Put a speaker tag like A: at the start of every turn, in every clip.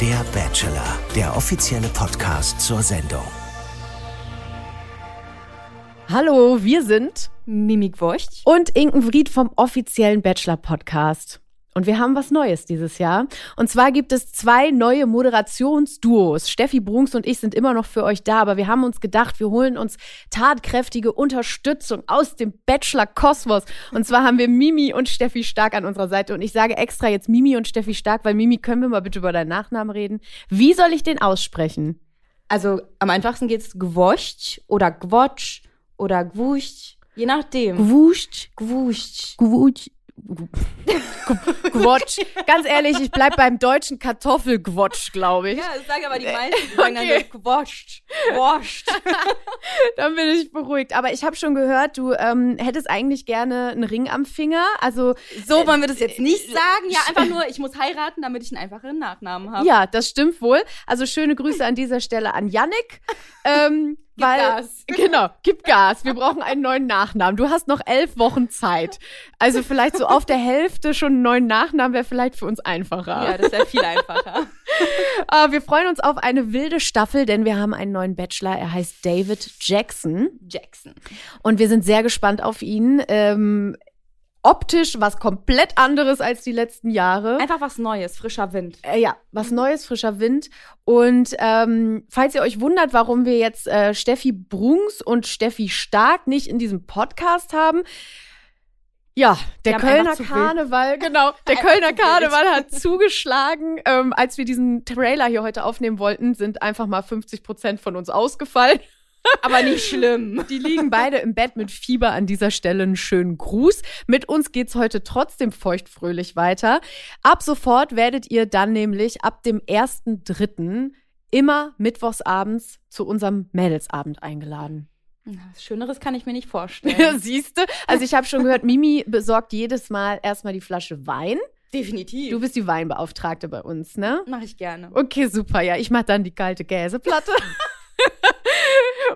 A: Der Bachelor, der offizielle Podcast zur Sendung.
B: Hallo, wir sind
C: Mimik Wurcht.
B: und Inken Vried vom offiziellen Bachelor Podcast. Und wir haben was Neues dieses Jahr. Und zwar gibt es zwei neue Moderationsduos. Steffi Brunks und ich sind immer noch für euch da, aber wir haben uns gedacht, wir holen uns tatkräftige Unterstützung aus dem Bachelor-Kosmos. Und zwar haben wir Mimi und Steffi Stark an unserer Seite. Und ich sage extra jetzt Mimi und Steffi Stark, weil Mimi, können wir mal bitte über deinen Nachnamen reden? Wie soll ich den aussprechen?
C: Also am einfachsten geht's gewurcht oder gwotsch oder gwucht, je nachdem.
B: Gewuscht.
C: Gwucht.
B: Gwutsch. Gwotsch. Ganz ehrlich, ich bleib beim deutschen Kartoffelgwotsch, glaube ich.
C: Ja, das sagen aber die meisten, die sagen
B: Okay.
C: dann so gewoscht, gewoscht.
B: Dann bin ich beruhigt. Aber ich habe schon gehört, du ähm, hättest eigentlich gerne einen Ring am Finger. Also
C: So wollen wir das jetzt nicht sagen. Ja, einfach nur, ich muss heiraten, damit ich einen einfacheren Nachnamen habe.
B: äh, ja, das stimmt wohl. Also schöne Grüße an dieser Stelle an Yannick. Ähm,
C: Gib
B: weil,
C: Gas.
B: Genau, gib Gas. Wir brauchen einen neuen Nachnamen. Du hast noch elf Wochen Zeit. Also vielleicht so auf der Hälfte schon einen neuen Nachnamen wäre vielleicht für uns einfacher.
C: Ja, das wäre viel einfacher.
B: Äh, wir freuen uns auf eine wilde Staffel, denn wir haben einen neuen Bachelor. Er heißt David Jackson.
C: Jackson.
B: Und wir sind sehr gespannt auf ihn. Ähm, optisch was komplett anderes als die letzten Jahre.
C: Einfach was Neues, frischer Wind.
B: Äh, ja, was Neues, frischer Wind. Und ähm, falls ihr euch wundert, warum wir jetzt äh, Steffi Brunks und Steffi Stark nicht in diesem Podcast haben, ja, der
C: haben einfach
B: Kölner
C: zu wild.
B: Karneval, genau, der
C: Einfach
B: Kölner
C: zu wild.
B: Karneval hat zugeschlagen. Ähm, als wir diesen Trailer hier heute aufnehmen wollten, sind einfach mal 50 Prozent von uns ausgefallen.
C: Aber nicht schlimm.
B: Die liegen beide im Bett mit Fieber. An dieser Stelle einen schönen Gruß. Mit uns geht's heute trotzdem feuchtfröhlich weiter. Ab sofort werdet ihr dann nämlich ab dem 1.3. immer mittwochsabends zu unserem Mädelsabend eingeladen.
C: Na, Was Schöneres kann ich mir nicht vorstellen.
B: Siehste? Also ich habe schon gehört, Mimi besorgt jedes Mal erstmal die Flasche Wein.
C: Definitiv.
B: Du bist die Weinbeauftragte bei uns, ne?
C: Mache ich gerne.
B: Okay, super. Ja, ich mache dann die kalte Käseplatte.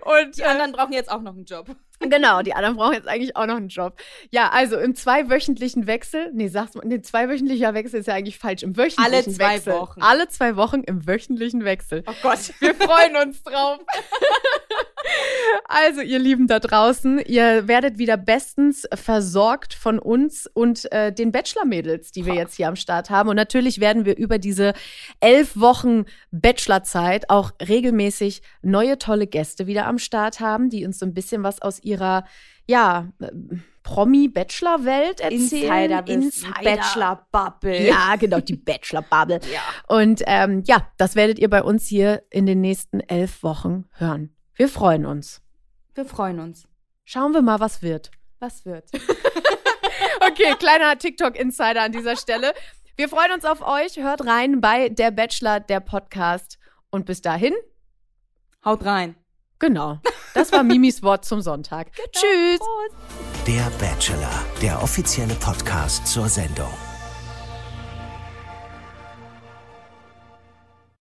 B: Und
C: Die anderen brauchen jetzt auch noch einen Job.
B: Genau, die anderen brauchen jetzt eigentlich auch noch einen Job. Ja, also im zweiwöchentlichen Wechsel, nee, sag's mal, nee, zweiwöchentlicher Wechsel ist ja eigentlich falsch, im wöchentlichen
C: Alle zwei
B: Wechsel.
C: Wochen.
B: Alle zwei Wochen im wöchentlichen Wechsel.
C: Oh Gott.
B: Wir freuen uns drauf. also, ihr Lieben da draußen, ihr werdet wieder bestens versorgt von uns und äh, den Bachelor-Mädels, die wir jetzt hier am Start haben. Und natürlich werden wir über diese elf Wochen Bachelorzeit auch regelmäßig neue tolle Gäste wieder am Start haben, die uns so ein bisschen was aus ihrer, ja, äh, Promi-Bachelor-Welt erzählen.
C: Insiderwissen, Bachelor-Bubble.
B: Ja, genau, die Bachelor-Bubble. Und ähm, ja, das werdet ihr bei uns hier in den nächsten elf Wochen hören. Wir freuen uns.
C: Wir freuen uns.
B: Schauen wir mal, was wird.
C: Was wird?
B: Okay, kleiner TikTok-Insider an dieser Stelle. Wir freuen uns auf euch. Hört rein bei Der Bachelor, der Podcast. Und bis dahin,
C: Haut rein.
B: genau. Das war Mimis Wort zum Sonntag. Tschüss.
A: Der Bachelor, der offizielle Podcast zur Sendung.